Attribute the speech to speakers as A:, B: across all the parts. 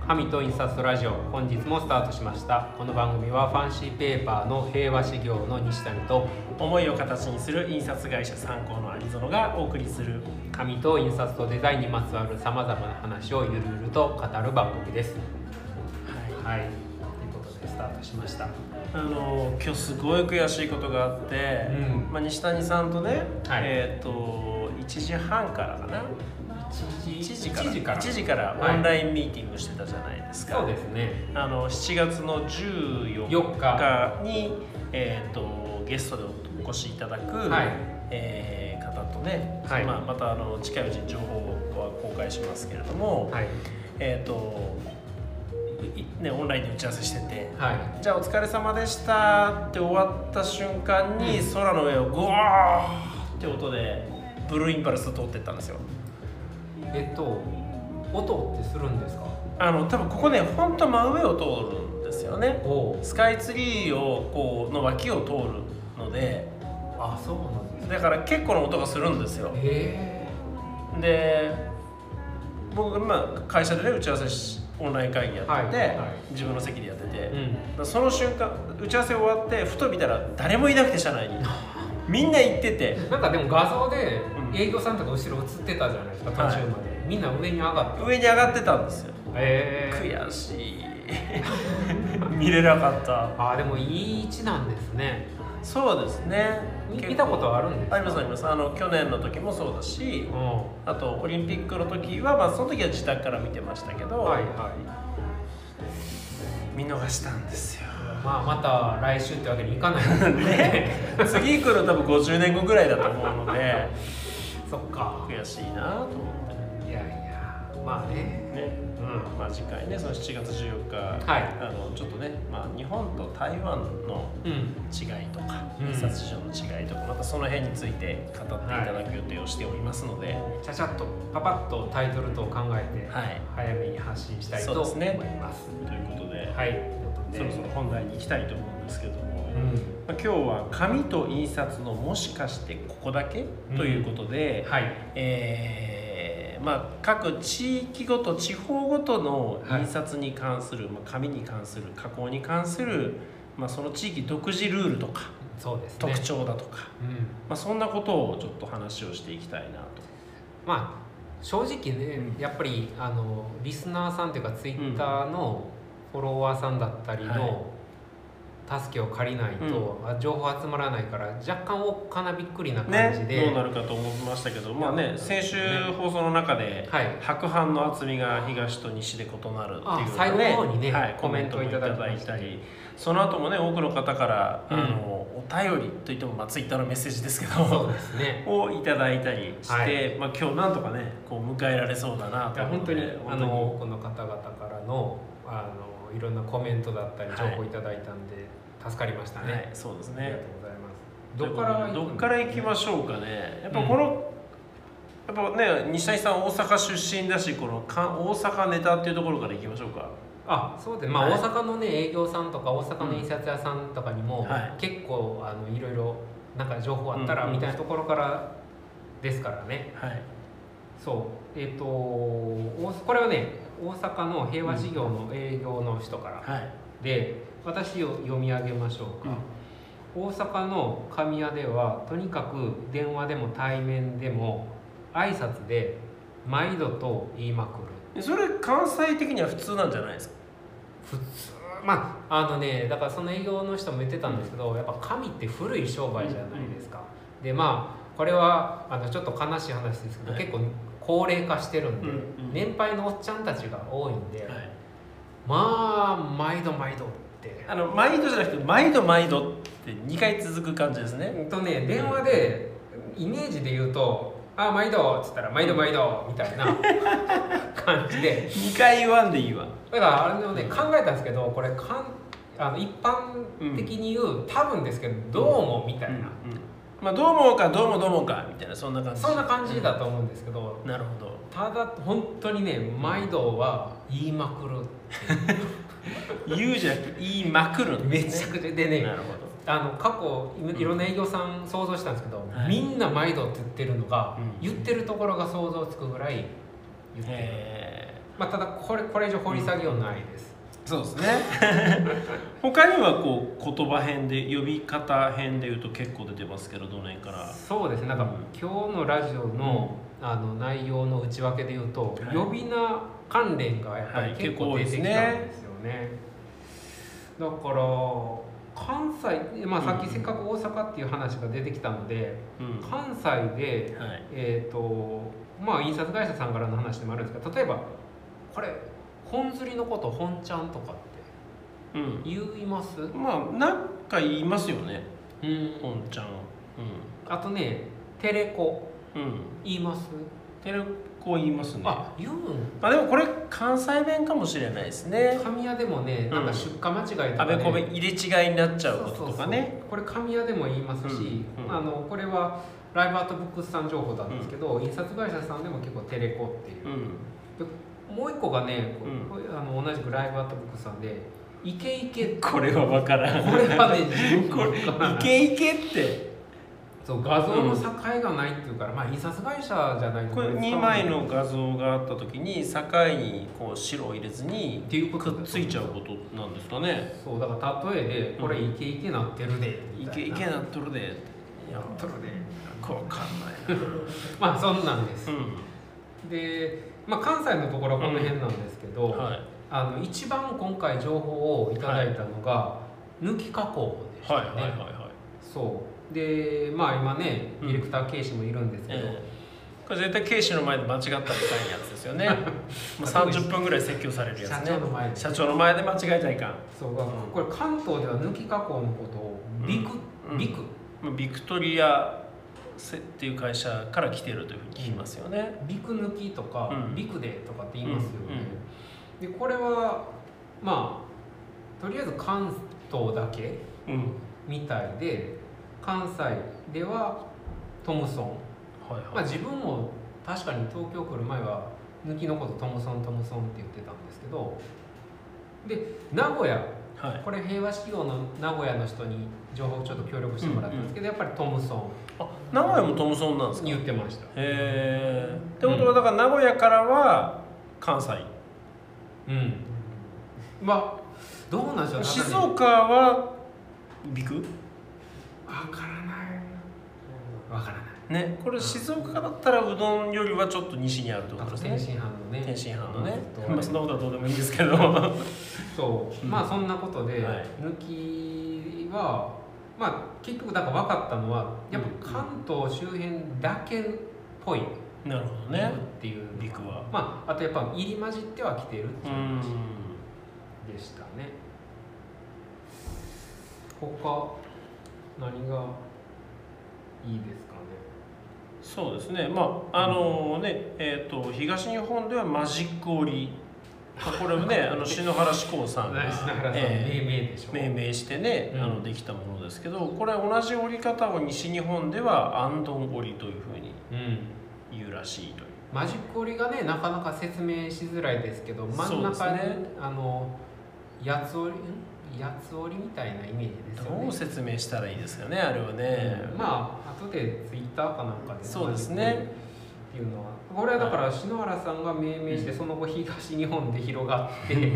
A: ハミと印刷ラジオ本日もスタートしましたこの番組はファンシーペーパーの平和事業の西谷と
B: 思いを形にする印刷会社参考のアリゾノがお送りする
A: 紙と印刷とデザインにまつわるさまざまな話をゆるゆると語る番組ですはいということでスタートしました
B: あの今日すごい悔しいことがあって、
A: うん
B: まあ、西谷さんとね、
A: はい
B: えっ、と1時半からかな
A: 1
B: 1時から
A: 1時から
B: 1時から
A: はい
B: オンラインミーティングしてたじゃないですか、
A: そうですね
B: あの7月の14
A: 四日
B: 日にえー、とゲストでお越しいただく、
A: はい
B: えー方とね、
A: はい
B: まあ、またあの近いうちに情報を公開しますけれども、
A: はい
B: えー、といねオンラインで打ち合わせしてて。
A: はい
B: じゃあお疲れ様でしたって終わった瞬間に空の上をゴーって音でブルーインパルス通ってったんですよ
A: えっと音ってするんですか
B: あの多分ここねほんと真上を通るんですよね
A: おう
B: スカイツリーをこうの脇を通るので
A: あそうなんですね
B: だから結構な音がするんですよ
A: へ
B: で僕まあ会社でね打ち合わせしオンライン会議やってて、
A: はいはい
B: 自分の席でやってて、
A: えうん
B: だからその瞬間打ち合わせ終わってふと見たら誰もいなくて車内にみんな行ってて
A: なんかでも画像で
B: うん
A: 営業さんとか後ろ映ってたじゃないですか途中まで、みんな上に上がって
B: 上に上がってたんですよ
A: えー、
B: 悔しい 見れなかった
A: あーでもいい位置なんですね
B: そうですね
A: み
B: 結構
A: 見たことあるんですか
B: ありますありますあの去年の時もそうだし
A: うんは
B: あとオリンピックの時はまあその時は自宅から見てましたけど、
A: いはい
B: 見逃したんですよ
A: まあまた来週ってわけにいかないですね
B: 次来る多分50年後ぐらいだと思うので
A: そっか
B: 悔しいなと思って
A: いやいやまあね
B: ね
A: うん
B: まあ、次回ねその7月14日、
A: はい
B: あのちょっとね、まあ、日本と台湾の
A: うん
B: 違いとか
A: うん
B: 印刷所の違いとかまたその辺について語っていただく予定をしておりますので、
A: ちゃちゃっとパパッとタイトルと考えて、
B: はい
A: 早めに発信したいと
B: そうで
A: 思
B: す
A: い
B: ね
A: ます
B: ということで、
A: はい、
B: そろそろ本題に行きたいと思うんですけども、
A: う
B: ま
A: ん
B: あ、今日は紙と印刷のもしかしてここだけ、
A: うん
B: ということで、
A: はい
B: えーまあ、各地域ごと地方ごとの
A: はい
B: 印刷に関する、まあ、紙に関する加工に関する、まあ、その地域独自ルールとか
A: そうですね
B: 特徴だとか、
A: うん
B: まあ、そんなことをちょっと話をしていきたいなと。
A: まあ正直ね、
B: うん
A: やっぱりあのリスナーさんというかツイッターのフォロワーさんだったりの助けを借りないと、あ情報集まらないから若干おっかなびっくりな感じで、
B: ね、どうなるかと思いましたけど、まあね、先週放送の中で、
A: はい
B: 白斑の厚みが東と西で異なるっていうのをね、
A: あ最後の方にね
B: はい、
A: コ
B: コ
A: メ
B: メ
A: ン
B: ン
A: ト
B: ト
A: を
B: を
A: い
B: い
A: た
B: た
A: だき
B: だ
A: ま
B: い
A: した
B: たりその後もね多くの方から、
A: うん
B: あのお便りといっても、まあ、ツイッターのメッセージですけ
A: そう
B: ど
A: です ね
B: をいただいたりして、
A: はい
B: まあ、今日なんとかねこう迎えられそうだなと
A: いや
B: 思
A: 本
B: っ
A: 当
B: て
A: にあのこの方々からのあのいろんなコメントだったり
B: はい
A: 情報いただいたんで助かりました
B: 本当
A: ね、
B: にはい、そうです
A: ありが
B: ね
A: とうございますどっから
B: どっから行きま
A: し
B: しょうかねやっぱこの、やっぱね西谷さん大阪出身だしこのか大阪ネタっていうところから行きましょうか
A: あそうでまあ、
B: はい
A: 大阪のね営業さんとか大阪の印刷屋さんとかにも、
B: は
A: 結構あのいろいろなんか情報あったら
B: うんうん
A: みたいなところからですからね、
B: はい
A: そうえっ、と大これはね大阪の平和事業の営業の人から、
B: はい
A: で私を読み上げましょうか、大阪の神谷ではとにかく電話でも対面でも挨拶で毎度と言いまくる
B: それ関西的には普通なんじゃないですか
A: 普通まああのねだからその営業の人も言ってたんですけど、やっぱ神って古い商売じゃないですか、でまあこれはあのちょっと悲しい話ですけど、
B: はい
A: 結構高齢化してるんで、
B: うんうん
A: 年配のおっちゃんたちが多いんで、
B: はい
A: まあ毎度毎度って
B: あの毎度じゃなくて毎度毎度って2回続く感じですね
A: うんとね電話でイメージで言うと「あ毎度」っつったら「毎度毎度」みたいな感じで
B: 2回言わんでいいわ
A: だからあれのね考えたんですけどこれかんあの一般的に言う、多分ですけど「どうも」みたいな、
B: まあどうもかどうもどうもかみたいなそんな感じ
A: そんな感じだと思うんですけど
B: なるほど
A: ただ本当にね「毎度」は言いまくる
B: 言うじゃなくて言いまくるん
A: め
B: です
A: ち
B: ね
A: ゃくちゃでね
B: なるほど
A: あの過去いいろんな営業さん想像したんですけど、
B: はい
A: みんな「毎度」って言ってるのが、
B: うん
A: 言ってるところが想像つくぐらい言ってる。
B: え
A: まあ、ただこれこれ以上掘り下げようないです、
B: そう ですね他にはこう言葉編で呼び方編で言うと結構出てますけどどの辺から
A: そうですねなんか今日のラジオの,、あの内容の内訳で言うと、
B: はい
A: 呼び名関連がやっぱり
B: はい
A: 結構
B: 結構多い
A: 出て
B: です
A: きたん
B: ね
A: ですよね,、だから関西、まあ、さっきせっかく大阪っていう話が出てきたので、
B: うん
A: 関西で
B: はい
A: えーとまあ印刷会社さんからの話でもあるんですが例えばこれ本釣りのこと本ちゃんとかって
B: うん
A: 言います
B: まあなんか言いますよね
A: うん
B: 本ちゃん
A: あとねテレコ
B: うんうん
A: 言います、
B: テレコ言いますね
A: あ言うん
B: まあでもこれ関西弁かもしれないですね
A: 神谷でもねなんか出荷間違いとか、
B: あ
A: ね
B: べこべ入れ違いになっちゃう
A: そう
B: こ
A: そうそ
B: と
A: う
B: とかね
A: これ神谷でも言いますし、
B: うんうん
A: あのこれはライブアートブックスさん情報なんですけど、印刷会社さんでも結構テレコっていう
B: う、ん
A: もう一個がね、こ
B: うん
A: これあの同じくライブアートブックスさんでイケイケって
B: これは分からん
A: これはね、自分
B: これ
A: の
B: イケイケって
A: そう画像の境がないっていうから、まあ印刷会社じゃないと
B: これ2枚の画像があった時に境にこう白を入れずに
A: っていうこと
B: くっついちゃうことなんですかね
A: そうだから例えでこれイケイケなってるで
B: イ
A: みた
B: ケ
A: い
B: イ
A: な
B: ケなっとるでいや
A: なっとるで
B: なんか分かんないな
A: まあそんなんです、
B: う
A: でまあ関西のところはこの辺なんですけど、
B: んはい
A: あの一番今回情報をいただいたのが、抜き加工でした
B: はい
A: ね、
B: はいはいはい
A: そうでまあ今ねディレクター警視もいるんですけど、
B: ええこれ絶対警視の前で間違ったみたいなやつですよ ねもう30分ぐらい説教されるやつね
A: 社長の前で
B: 社長の前で間違えちゃいかん
A: そうこれ関東では抜き加工のことをビク、
B: うん
A: ビク
B: もうビクトリアせっていう会社から来てるというふうに聞きますよね、
A: ビク抜きとか、
B: うん
A: ビクでとかって言いますよね、でこれはまあとりあえず関東だけ
B: うん
A: みたいで関西ではトムソン、
B: はい
A: ま
B: は
A: あ、
B: い、
A: 自分も確かに東京来る前は抜きのことトムソントムソンって言ってたんですけどで名古屋
B: はい、
A: これ平和企業の名古屋の人に情報をちょっと協力してもらったんですけど、やっぱりトムソ
B: あ名古屋もトムソンなんです
A: ン
B: か
A: に
B: へ
A: 言ってました
B: えってことはだから名古屋からは関西
A: うんまあどうなんでしょう
B: 静
A: なんかね
B: 岡はビク
A: わからないわからない
B: ねこれ静岡だったらうどんよりはちょっと西にあるってこ
A: あ
B: と
A: と
B: です
A: 天津飯
B: ね
A: のね
B: 天津飯のね
A: ずっ、と
B: まあ、そんなことはどうでもいいんです けどは
A: そうまあそんなことで、
B: はい
A: 抜きはまあ結局だから分かったのはやっぱ関東周辺だけっぽい
B: いなるほどね
A: っていう
B: ビクは
A: まああとやっぱ入り混じってはきてるって
B: う
A: いうんでしたね他何がいいですかね
B: そうですねまああのねえー、と東日本ではマジック織りまあこれもねあの篠原志功さ んが
A: ね篠原さん、
B: ええ
A: 命名でしょ
B: 命名してね、
A: うん
B: あのできたものですけどこれ同じ織り方を西日本ではアンドン織りというふうに
A: うん
B: 言うらしいという
A: マジック折りがねなかなか説明しづらいですけど真ん中に、
B: そうです
A: あの八つ折りん八つ折りみたいなイメージですよ
B: ど
A: ね
B: う説明したらいいですかねあれはね、
A: まあ後でツイッターかなんかで、
B: そうですね
A: マジック折りっていうのはこれはだから篠原さんが命名して、その後東日本で広がって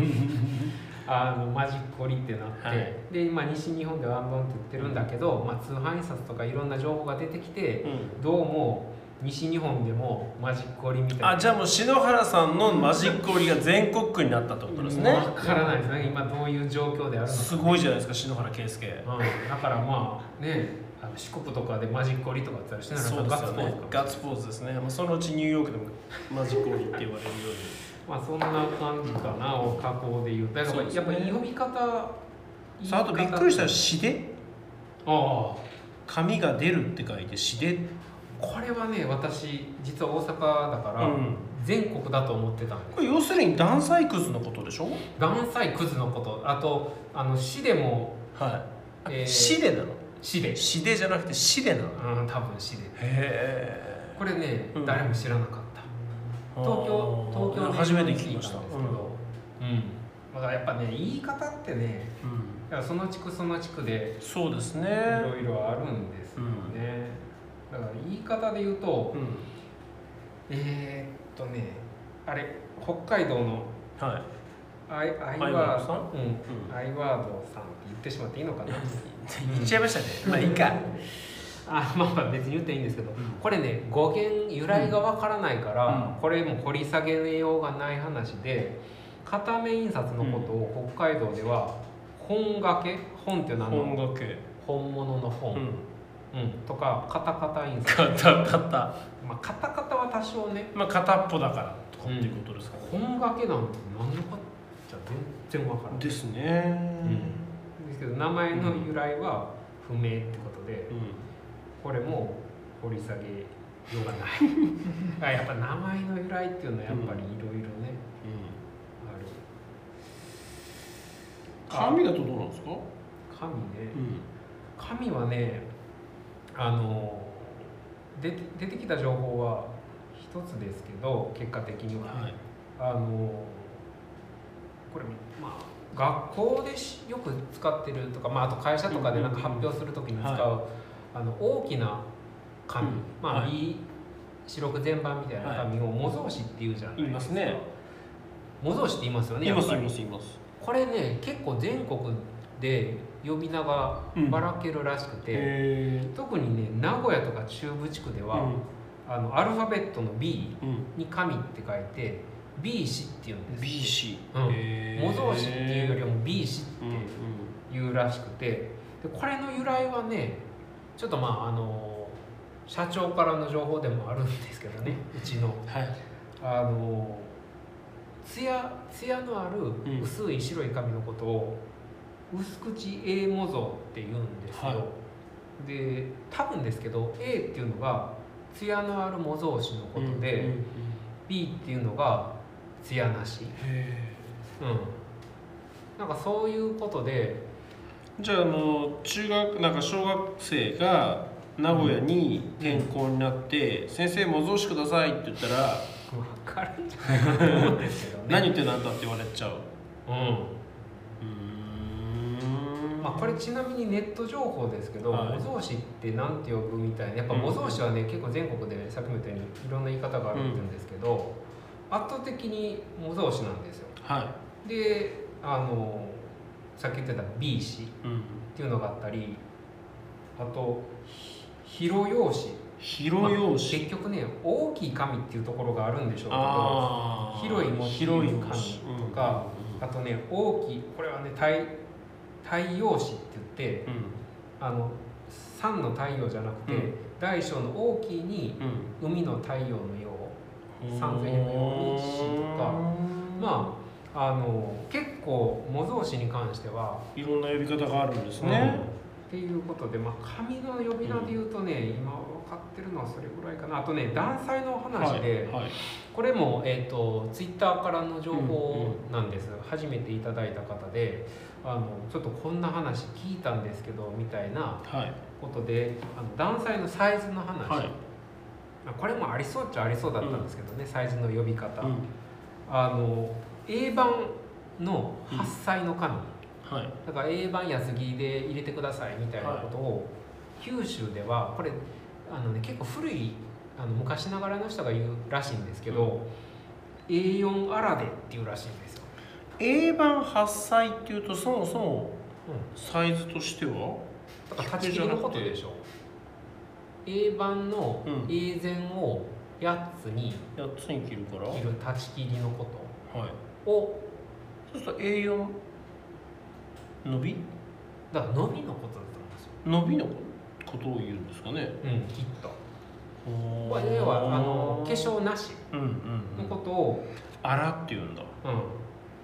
A: あのマジック折りってなって、
B: はい
A: で今西日本ではアンドンって言ってるんだけど、まあ、通販印刷とかいろんな情報が出てきて
B: うん
A: どうも西日本でもマジック折りみたいな
B: あじゃあもう篠原さんのマジック織りが全国区になったってことですね
A: わからないですね。今どういう状況であるのか。
B: すごいじゃないですか篠原圭介
A: うん、だからまあね、あの四国とかでマジック折りとかやったらしてな
B: そうですよね
A: ガッツポーズか
B: ガッツポーズですねもうそのうちニューヨークでもマジック織りって言われるよう
A: まあそんな感じかなを加工で言う。だから
B: そうです
A: やっ
B: ね
A: ぱり呼び方。。
B: にさああとびっくりしたのは「しで
A: ああ、」
B: 紙が出るって書いて「しで」
A: これはね、私実は大阪だから、
B: うん
A: 全国だと思ってたんです
B: こ。れ要するに断裁くずのことでしょ
A: 岩彩クズのこと、あとあの市でも、
B: はい
A: えー
B: あしでなの
A: 市で、
B: しでじゃなくてしでなの
A: うん、多分市で。
B: へえ
A: これね、
B: うん
A: 誰も知らなかった。東京東京で
B: 初めて聞きました
A: んですけど、うんだからやっぱね言い方ってね
B: うんうん
A: だからその地区その地区で
B: そうです
A: い
B: ね
A: ろいろあるんですよね、だから言い方で言うと
B: うん
A: えー、っとねあれ北海道の
B: はい
A: アイアイ
B: アイ
A: ワ
B: ワード
A: ー
B: さ
A: ドうん
B: う
A: アイワードさんって言ってしまっていいのかな
B: 言っちゃいましたね、まあいいか
A: あまあまあ別に言っていいんですけど、
B: ん
A: これね語源由来がわからないから、これも掘り下げようがない話で片面印刷のことを北海道では本掛け本っていうのはあ
B: 音
A: の
B: 楽系
A: 本物の
B: う
A: 本、
B: ん
A: うん、とかカタカタ印刷
B: カタカタ
A: まあカタカタは多少ね
B: まあ片っぽだからとかっていうことですかね、
A: 本掛けなんて何のかじゃ全然わからない
B: ですね
A: ですけど名前の由来は不明ってことで
B: うん、
A: これも掘り下げようがないあやっぱ名前の由来っていうのはやっぱりいろいろね、ある
B: 紙だとどうなんですか、
A: 神ね
B: うん
A: 神はねあの出て出てきた情報は一つですけど結果的には、
B: はい
A: あのこれまあ学校でしよく使ってるとか、まあ、あと会社とかでなんか発表するときに使う、
B: は
A: あの大きな紙、
B: うん
A: まあ
B: は
A: B 四六全版みたいな紙を模造紙っていうじゃない
B: 言い
A: で
B: ますす
A: か、
B: ね
A: 模造紙って言いますよね
B: い
A: や
B: ま
A: っ
B: す
A: ぱ
B: い
A: り
B: ますいます
A: これね結構全国で呼び名がばらけるらしくて、
B: へ
A: 特にね名古屋とか中部地区で
B: え
A: は、あのアルファベットの B
B: うんうん
A: に神って書いて B 氏っていうんです
B: BC
A: うん
B: へえ
A: 模造紙っていうよりも B 氏
B: うんうん
A: っていうらしくてでこれの由来はねちょっとまああの社長からの情報でもあるんですけどねうちの
B: はい
A: あのツヤツヤのあ
B: うん
A: る薄い白い紙のことを薄口 A 模造って言うんですよ、
B: は
A: で多分ですけど A っていうのがツヤのある模造紙のことで、
B: うんうんうん
A: B っていうのがツヤなし、
B: へ
A: うん、なんかそういうことで
B: えじゃああの中学なんか小学生が名古屋に転校になって、先生模造紙くださいって言ったら、
A: 分かるんじゃないかと思うんですけどね
B: 何言ってんのあんたって言われちゃう
A: う
B: うー
A: ん
B: ん
A: まあ、これちなみにネット情報ですけど、
B: はい
A: 模造紙って何て呼ぶみたいなやっぱ模造紙はね、結構全国でねさっきも言ったようにいろんな言い方があるんですけど、圧倒的に模造紙なんですよ
B: は
A: であのさっき言ってた B 紙っ
B: い、うん、
A: ていうのがあったりあとひ広用紙
B: 広い用紙
A: 結局ね大きい紙っていうところがあるんでしょうけどあ
B: あー
A: 広い文字
B: 広い
A: 紙とかとね大きいこれはね太太陽紙って言って
B: うんうん
A: あの三の太陽じゃなくて、
B: うん
A: 大小の大きいに
B: うん
A: 海の太陽のよ
B: うん
A: 三千円の用紙とかうまああの結構模造紙に関しては、
B: いろんな呼び方があるんですね、
A: っていうことで、まあ、紙の呼び名で言うとね、今分かってるのはそれぐらいかなあとね断裁の話で、
B: はいはい
A: これも、えー、とツイッターからの情報なんです、初めていただいた方であのちょっとこんな話聞いたんですけどみたいな
B: はい
A: ことであの断裁のサイズの話、
B: はい
A: まあこれもありそうっちゃありそうだったんですけどね、サイズの呼び方、
B: うん
A: あの A 版の8歳の紙、
B: はい
A: だから A 版安木で入れてくださいみたいなことを、九州ではこれあの、ね、結構古いあの昔ながらの人が言うらしいんですけど、A4 あらでっていうらしいんですよ
B: A 版8歳っていうとそもそも
A: う
B: サイズとしては
A: だから立ち切りのことでしょ A 版の
B: うん
A: A 前を8つに
B: 8つに切るから
A: 切る立ち切りのこ
B: はい
A: とを
B: そうすると A4 伸び
A: だからのみのことだと思うんですよ
B: 伸びのことを言うんですかね
A: うん、きっと。
B: こ
A: まあ要はあの化粧なし
B: うんうんう
A: の
B: ん
A: ことを、
B: あらっていうんだ
A: うん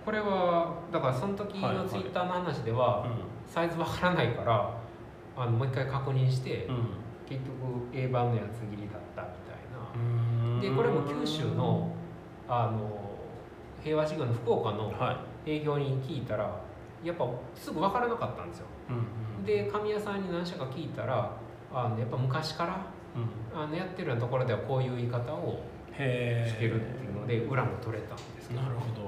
A: これはだからその時
B: はいは
A: の
B: い
A: ツイッターの話ではサイズわからないからあのもう一回確認して
B: うん
A: 結局 A 版のやつ切りだったみたいな。
B: うん
A: でこれも九州のあの平和志願の福岡の
B: は
A: 営業に聞いたらやっぱすぐ分からなかったんですよ。
B: いうん
A: で神谷さんに何社か聞いたらあのやっぱ昔から
B: うん
A: あのやってるようなところではこういう言い方を
B: へえ
A: してるっていうので裏も取れたんですけど、
B: なるほど
A: う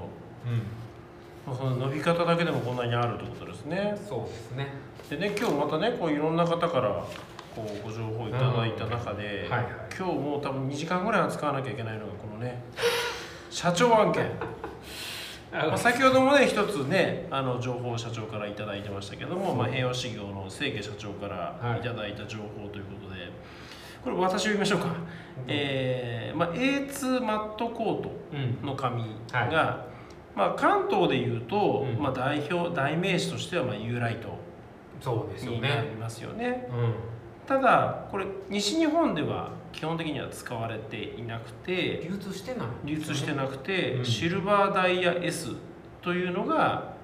B: まあその伸び方だけでもこんなにあるってことですね
A: ん、そうですね
B: でね今日またねこういろんな方からこうご情報いただいた中で、
A: うんはいはい
B: 今日もう多分2時間ぐらい扱わなきゃいけないのがこのね社長案件
A: あ
B: まあ、先ほどもね一つねあの情報を社長から頂いただいてましたけども、まあ、平和修行の清家社長から
A: はい
B: 頂いただいた情報ということで、これ私読みましょうか、えーまあ、A2 マットコート
A: うん
B: の紙が、
A: はい
B: まあ、関東でいうと、
A: うん
B: まあ、代表代名詞としてはまあ U ライト
A: そうですよ
B: にな
A: ね
B: りますよね
A: うん
B: ただこれ西日本では基本的には使われていなくて
A: 流通してない
B: 流通してなくて、
A: うん
B: シルバーダイヤ S というのが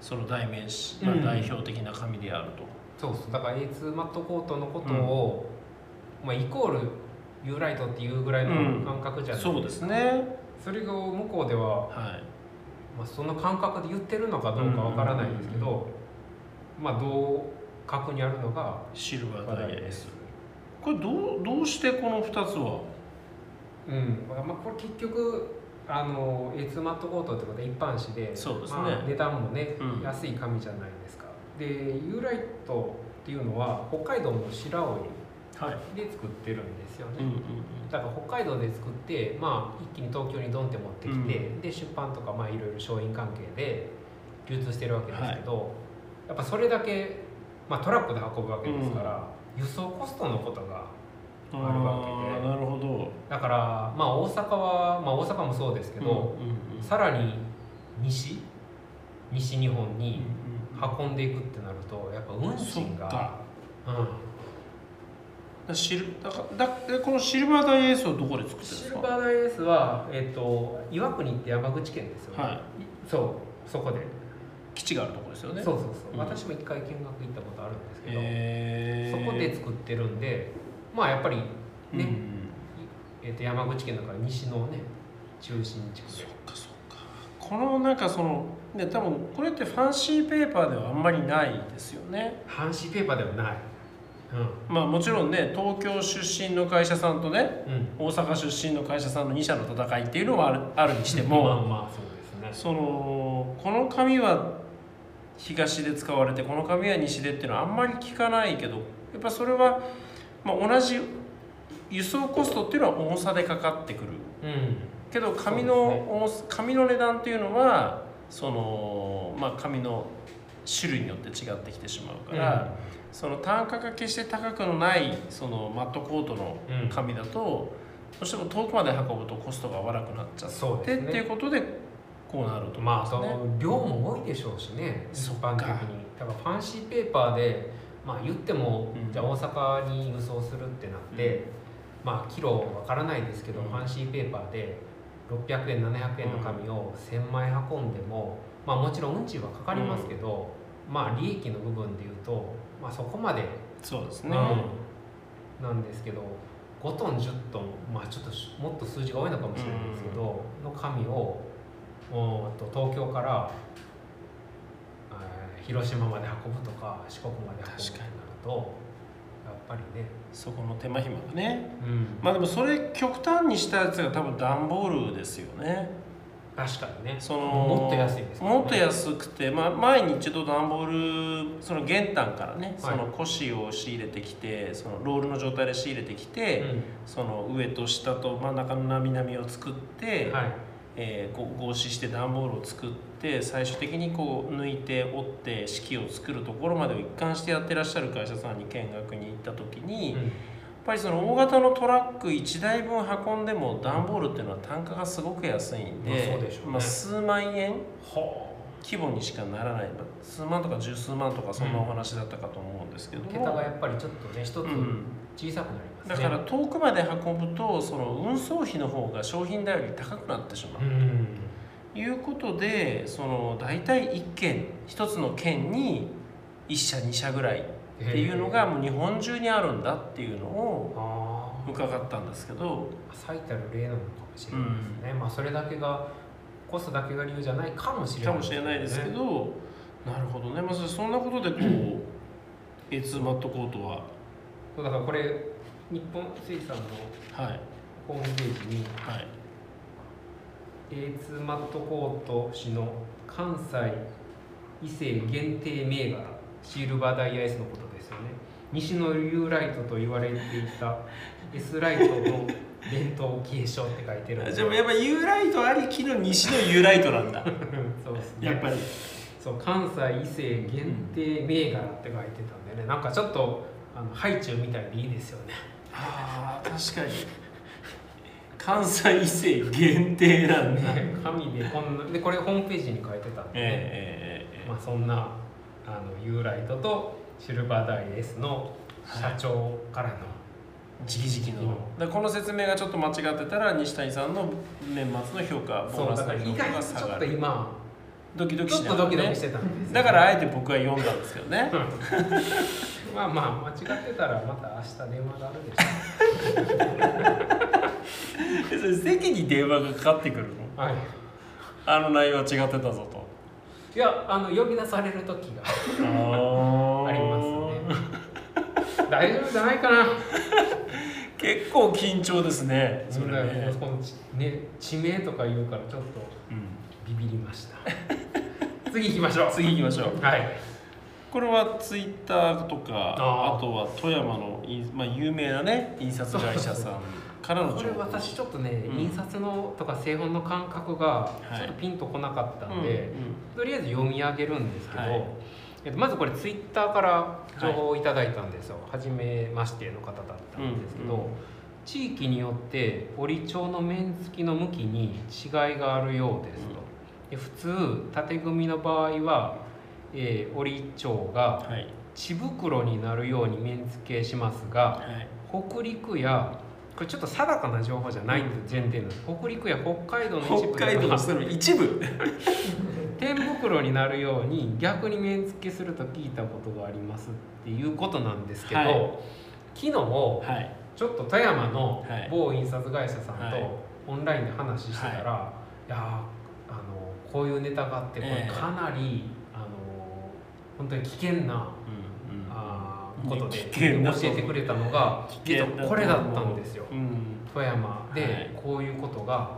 B: その代名詞、まあ
A: うん
B: 代表的な紙であると、
A: そうそうだから A2 マットコートのことを、まあ、イコール U ライトっていうぐらいの感覚じゃない、
B: そうですね
A: それが向こうでは、
B: はい
A: まあ、その感覚で言ってるのかどうかわからないんですけど、まあ同格にあるのが
B: シルバ
A: 話
B: ーダ
A: 題
B: イヤ
A: で
B: S
A: す、
B: これどうどうしてこの2つは
A: うんまあ、まあこれ結局あの A2 マットコートってことは一般紙で
B: そうですね
A: まあ、値段もね、
B: うん
A: 安い紙じゃないですかで U ライトっていうのは北海道の白
B: はい
A: 老で作ってるんですよね、
B: うんうん
A: だから北海道で作って、まあ、一気に東京にドンって持ってきて、で出版とかまあいろいろ商品関係で流通してるわけですけど、やっぱそれだけ、まあ、トラックで運ぶわけですから、輸送コストのことが
B: うん
A: あるわけで
B: あーなるほど
A: だから、まあ、大阪は、まあ、大阪もそうですけど、
B: うんうんうん
A: さらに西西日本
B: うん
A: に
B: うん
A: 運んでいくってなるとやっぱ運賃
B: そっか
A: が、うん、
B: だシルだからだでこのシルバーダイヤ S はどこで作ってるんですか
A: シルバーダイエースは、えっと岩国って山口県ですよね、
B: はい
A: そうそこで。
B: 基地があるところですよね
A: そうそうそう、
B: うん
A: 私も一回見学行ったことあるんですけど、
B: へー
A: そこで作ってるんでまあやっぱり、ね
B: うんうん
A: えー、と山口県だから西のね中心地区
B: そっ
A: で
B: かそっかこのなんかそのね多分これってファンシーペーパーではあんまりないですよね
A: 半紙ペーパーではない
B: まあもちろんね東京出身の会社さんとね
A: うん、うん、
B: 大阪出身の会社さんの2社の戦いっていうのはあるあるにして
A: まあ
B: も
A: まあそうですね
B: そのこの紙は東で使われてこの紙は西でっていうのはあんまり聞かないけどやっぱそれは、まあ、同じ輸送コストっていうのは重さでかかってくる
A: うん
B: けど紙
A: そう
B: の
A: ですね
B: 重さ紙の値段っていうのはそのまあ紙の種類によって違ってきてしまうから、その単価が決して高くのないそのマットコートの
A: うん
B: 紙だと、どうしても遠くまで運ぶとコストが悪くなっちゃって、
A: そうです
B: ってい
A: ね
B: うことでこうなると、
A: まあその量も多いでしょうしね一
B: そっか
A: 般的にだからファンシーペーパーでまあ言っても、
B: うん
A: じゃあ大阪に輸送するってなって、まあキロわからないですけど、
B: うん
A: ファンシーペーパーで600円700円の紙を1,000枚運んでも、まあもちろん運賃はかかりますけど、まあ利益の部分でいうと、まあ、そこまで、
B: そうです
A: うん
B: ね、
A: なんですけど5トン10トン、まあ、ちょっとしもっと数字が多いのかもしれないですけど、の紙をうんと東京から、えー広島まで運ぶとか四国まで運ぶってなるとやっぱりね、
B: そこの手間暇がね
A: うん、
B: まあでもそれ極端にしたやつが多分段ボールですよね
A: 確かにね
B: その
A: もっと安いですからね
B: もっと安くて、まあ、前に一度段ボールその玄関からね、その古紙を仕入れてきてそのロールの状態で仕入れてきて、その上と下と真ん中のなみなみを作っ
A: う
B: て、
A: ん、はい
B: えーこう合紙して段ボールを作って最終的にこう抜いて折って式を作るところまでを一貫してやってらっしゃる会社さんに見学に行った時に、やっぱりその大型のトラック1台分運んでも段ボールっていうのは単価がすごく安いんで,、
A: まあそうでしょうね
B: まあ数万円規模にしかならないまあ数万とか十数万とかそんなお話だったかと思うんですけども、
A: 桁がやっぱりちょっとね一つ
B: うん
A: 小さくなりますね、
B: だから遠くまで運ぶとその運送費の方が商品代より高くなってしまう
A: う。ん
B: いうことでその大体1県1つの県に1社2社ぐらいっていうのがもう日本中にあるんだっていうのを
A: あ
B: 伺ったんですけど、
A: あ最たる例なのかもしれないですね、まあそれだけがコストだけが理由じゃないかもしれな
B: か
A: い、
B: もしれないですけ
A: ね
B: ど、なるほどね、まあ、そそんなことでこう A2 マットコートは
A: そうだからこれ日本水産の
B: はい
A: ホームページに
B: はい
A: A2 マットコート氏の関西伊勢限定銘柄シルバーダイヤ S のことですよね西の U ライトと言われていた S ライトの伝統継承って書いてるんで
B: じゃあやっぱ U ライトありきの西の U ライトなんだ
A: そうですね
B: やっぱり
A: そう関西伊勢限定銘柄って書いてたんでね、なんかちょっとあのハイチュウみたいでいいですよね
B: ああ確かに関西伊勢限定なん だ
A: ね紙でこんなでこれホームページに書いてたんで、ね
B: えええええ
A: まあ、そんなあの U ライトとシルバーダイエスの社長からの、
B: え直々
A: うん
B: のだからこの説明がちょっと間違ってたら西谷さんの年末の評価ボー
A: そう
B: ナス
A: だから
B: の
A: 意
B: 評価
A: 外とちょ
B: が下が
A: っと
B: る
A: 今
B: ドキドキ
A: ちょっ
B: しな
A: と
B: が
A: ドキド
B: ら、
A: キ
B: ね
A: し、てたんです
B: だからあえて僕は読んだんですけ どね
A: まあまあ間違ってたらまた明日電話があるでしょ
B: えそれ席に電話がかかってくるの
A: うはい
B: あの内容は違ってたぞと
A: いやあの呼び出される時があ
B: あ
A: りますね大丈夫じゃないかな
B: 結構緊張ですねそれね、
A: このちね地名とか言うからちょっと
B: うん、
A: ビビりました次行きましょう
B: 次行きましょう
A: はい
B: これはツイッターとか
A: あー
B: あとは富山のイン、まあ、有名なね印刷会社さんからの
A: こ
B: 情
A: れ
B: 報
A: 私ちょっとね、
B: うん
A: 印刷のとか製本の感覚が
B: はい
A: ちょっとピンとこなかったんで、
B: う
A: とりあえず読み上げるんですけど、
B: はい
A: えっと、まずこれツイッターから情報をいただいたんですよ、初めましての方だったんですけど、
B: うんうん
A: 地域によって折帳の面付きの向きに違いがあるようですと、で普通縦組みの場合は、えー、折帳が
B: んはい
A: 地袋になるように面付けしますが
B: はい
A: 北陸やこれちょっと定かな情報じゃないって前提なんです北陸や北海道の一部
B: 北海道
A: では
B: のその一部
A: 天袋になるように逆に面付けすると聞いたことがありますっていうことなんですけど、
B: はい
A: 昨日ちょ
B: はい
A: っと富山の
B: はい
A: 某印刷会社さん
B: は
A: とオンラインで話してたら、い、やーあのこういうネタがあってこれ
B: ええ
A: かなり、あの本当に危険な
B: うんうん
A: あーことで
B: 危険な
A: 教えてくれたのが
B: 危険だと
A: 実はこれだったんですよ。
B: うん
A: 富山
B: は
A: で
B: い
A: こういうことが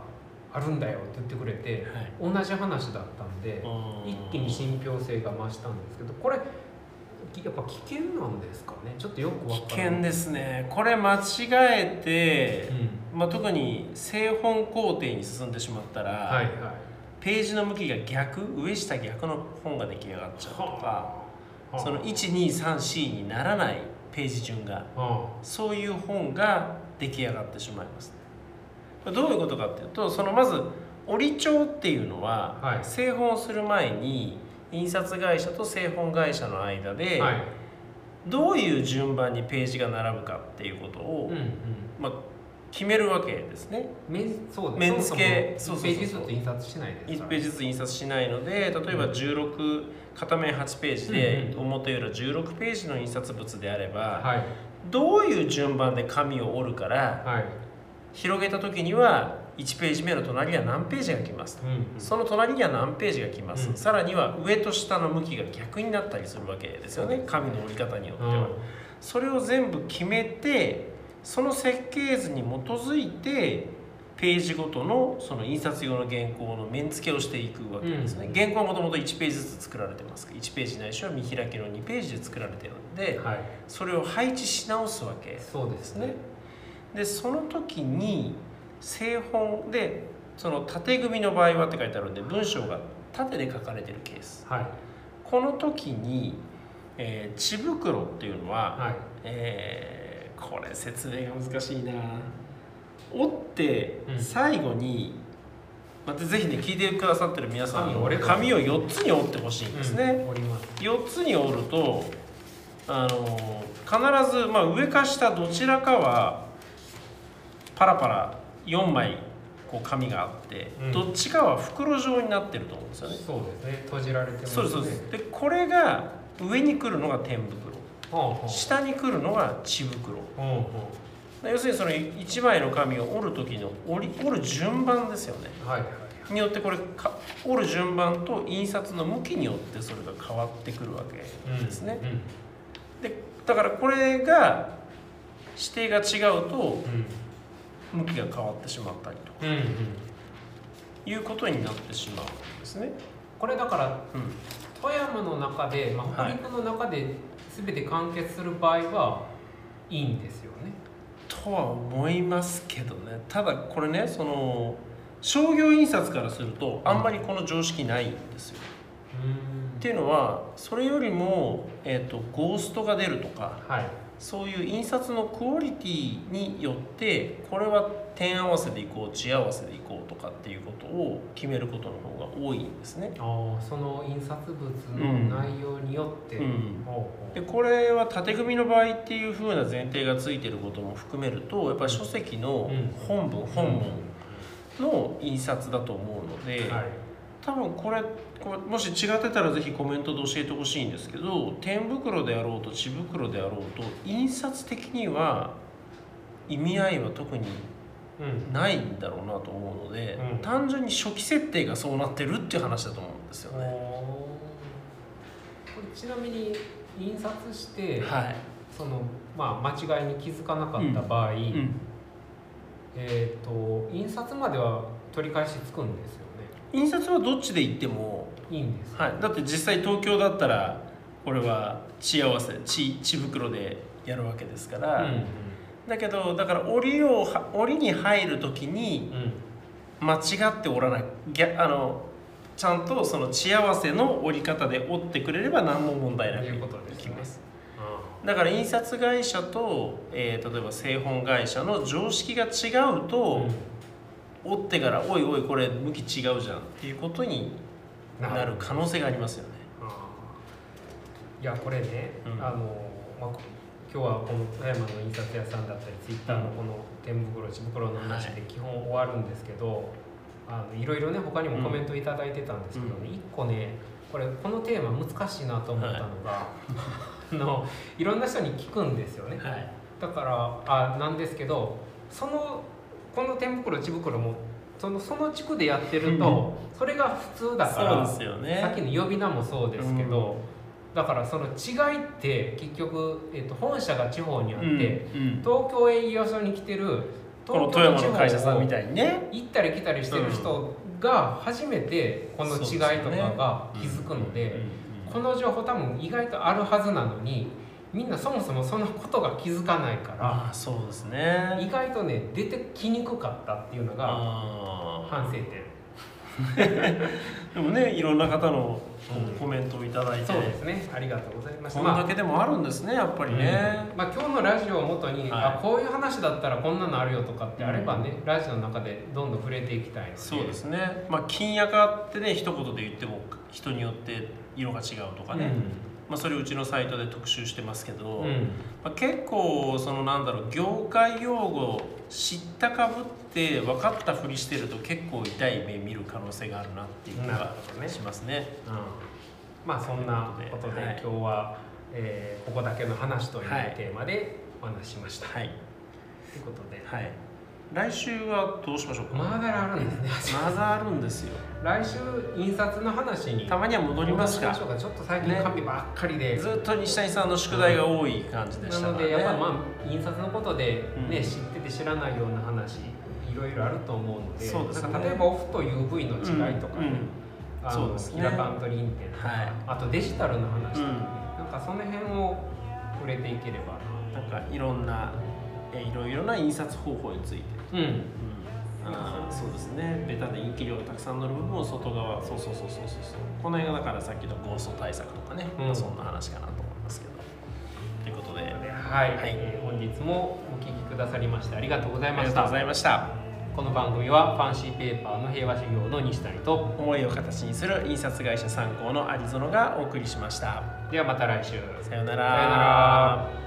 A: あるんだよって言ってくれて
B: はい
A: 同じ話だったんで一気に信憑性が増したんですけどこれきやっぱ危険なんですかねちょっとよくわ
B: 危
A: からな
B: 険
A: い
B: ですねこれ間違え
A: う
B: て、
A: ん
B: まあ、特に製本工程に進んでしまったら、
A: はいはい
B: ページの向きが逆上下逆の本が出来上がっちゃうとか
A: はあ
B: その1234にならないページ順が
A: は
B: そういう本が出来上がってしまいますどういうことかっていうとそのまず折帳っていうのは、
A: はい
B: 製本をする前に印刷会社と製本会社の間
A: あ
B: で、
A: はい
B: どういう順番にページが並ぶかっていうこと
A: う
B: を、
A: んうん
B: まあ、決めるわけですね
A: 面そう
B: 面
A: です
B: 付け
A: そもそ
B: そ
A: も
B: う
A: 1ページ
B: そうそ
A: ず
B: うそう
A: つ印刷しないです
B: 1
A: から
B: ページずつ印刷しないので例えば16片面8ページ
A: うん
B: で
A: う
B: 表裏16ページの印刷物であれば
A: はい
B: どういう順番で紙を折るから
A: はい
B: 広げた時には1ページ目の隣には何ページが来ますと
A: うんうん
B: その隣には何ページが来ます、
A: うん
B: さらには上と下の向きが逆になったりするわけですよね紙の折り方によっては。それを全部決めてその設計図に基づいてページごとのその印刷用の原稿の面付けをしていくわけですね、
A: うん
B: 原稿はもともと1ページずつ作られてます1ページないしは見開きの2ページで作られてるんで
A: はい
B: それを配置し直すわけで
A: そうです
B: す
A: ね
B: ねでその時に製本でその縦組みの場合はって書いてあるんで文章が縦で書かれてるケース
A: はい
B: この時に、えー、地袋っていうのは、
A: はい
B: えーこれ説明が難しいな折って
A: うん
B: 最後に、またぜひね聞いてくださってる皆さん
A: 紙を折れと
B: 紙を4つに折ってほしいんですね、
A: うんおります
B: 4つに折るとあのー必ず、まあ、上か下どちらかはパラパラ4枚こう紙があって、
A: うん
B: どっちかは袋状になってると思うんですよね、
A: そうですね閉じられてます
B: そう
A: ね
B: ですそうですでこれが上に来るのが天袋
A: ほうほう
B: 下に来るのが地袋
A: ほうほ
B: 要するにその1枚の紙を折る時の折り折る順番ですよね
A: うはいはい
B: によってこれか折る順番と印刷の向きによってそれが変わってくるわけですね、
A: うん
B: でだからこれが指定が違うと
A: う
B: 向きが変わってしまったりと
A: んうんうん
B: いうことになってしまうんですね、
A: これだから
B: うん、
A: 富山の中で、まあ、
B: は
A: 北
B: い
A: 陸の中で全て完結する場合はいいんですよね。
B: ととは思いますけどねただこれねその商業印刷からするとあんまりこの常識ないんですよ。
A: うん
B: っていうのはそれよりも、えー、とゴーストが出るとか
A: はい
B: そういう印刷のクオリティによってこれは点合わせでいこう地合わせでいこうとかっていうことを決めることの方が多いんですね。
A: ああその印刷物の内容によって、
B: うん
A: ほうほう
B: でこれは縦組みの場合っていう風な前提がついてることも含めるとやっぱり書籍の
A: うん
B: 本文本文の印刷だと思うので、
A: はい
B: 多分これこれもし違ってたらぜひコメントで教えてほしいんですけど点袋であろうと地袋であろうと印刷的には意味合いは特に
A: うん
B: ないんだろうなと思うので、
A: うん
B: 単純に初期設定がそうなってるっていう話だと思うんですよ
A: おー
B: ね。
A: これちなみに印刷して、
B: はい、
A: そのまあ間違いに気づかなかった場合、
B: うん
A: えっ、と印刷までは取り返しつくんですよね
B: 印刷はどっちで言っても
A: いいんです
B: はい、だって実際東京だったらこれは地合わせ地地袋でやるわけですから、だけどだから檻をは檻に入る時に
A: うんうん
B: 間違って折らないぎゃあのちゃんとその地合わせの折り方で折ってくれれば何も問題なく
A: いうことですね
B: きます
A: あ
B: だから印刷会社と、えー例えば製本会社の常識が違う
A: ー
B: と、折ってから「おいおいこれ向き違うじゃん」っていうことになる可能性がありますよね。
A: あーいやこれね、
B: うん
A: あの、まあ、こ今日はこの富山の印刷屋さんだったりツイッターのこの天袋地袋の話で基本終わるんですけど、い、あのいろいろね他にもコメント頂いただいてたんですけどね、一個ねこれこのテーマ難しいなと思ったのが、 い、あのいろんな人に聞くんですよね。
B: はい
A: だからあなんですけどそのこの天袋地袋もそのその地区でやってると、それが普通だから。
B: そうですよね
A: さっきの呼び名もそうですけど、だからその違いって結局、えっと本社が地方にあって、
B: うんうん
A: 東京営業所に来てる
B: この富山の会社さんみ
A: い
B: たいにね
A: 行ったり来たりしてる人が初めてこの違いとかが気づくのでこの情報多分意外とあるはずなのにみんなそもそもそのことが気づかないから
B: ああそうです
A: 意
B: ね
A: 外とね出てきにくかったっていうのが
B: あ
A: 反省点
B: ーでもねいろんな方の
A: うん
B: コメントをいただいて
A: そうですねありがとうございました
B: こんだけでもあるんですねやっぱりね
A: まあ、今日のラジオをもとに、
B: はい
A: あこういう話だったらこんなのあるよとかってあればね、ラジオの中でどんどん触れていきたいので
B: そうですねまあ金やかってね一言で言っても人によって色が違うとかね、まあ、それうちのサイトで特集してますけ
A: う
B: ど、
A: ん、うん
B: まあ、結構そのなんだろう業界用語知ったかぶって分かったふりしてると結構痛い目見る可能性があるなっていう気
A: なる
B: が
A: ほどね
B: しますね。
A: まあそんなことで、
B: はい
A: 今日は、えーここだけの話」という
B: はい
A: テーマでお話ししました、
B: はい、
A: ということで
B: はい、来週はどうしましょうか、
A: まだあるんですね
B: まだあるんですよ
A: 来週印刷の話に
B: たまには戻ります
A: 戻
B: が
A: ししょうかちょっと最近
B: ね
A: 紙ばっかりで、
B: ずっと西谷さんの宿題が多い感じでし
A: な
B: たか
A: の
B: ら、ね
A: で、やっぱまあ印刷のことで、ね
B: うん
A: 知ってて知らないような話いろいろあると思うので
B: そうですね
A: なんか例えばオフと UV の違いとかね、あ
B: そう
A: の
B: です
A: キ
B: ね
A: ラカントリンテンとか、
B: はい
A: あとデジタルの話とか、
B: うん
A: なんかその辺を触れていければ
B: うんなんかいろんなえいろいろな印刷方法について、
A: なうん
B: うん、あーそうですねベタでインキ量がたくさん乗る部分を外側そうそうそうそうそうそうこの辺がだからさっきのゴースト対策とかね、
A: うん
B: まあそんな話かなと思いますけどということであ
A: はい、
B: はい
A: えー本日もお聞きくださりましてありがとうございま
B: りが
A: し
B: とうご
A: た
B: ざいました
A: この番組はファンシーペーパーの平和修行の西谷と
B: 思いを形にする印刷会社参考のアリゾノがお送りしました
A: ではまた来週
B: さようなら
A: さようなら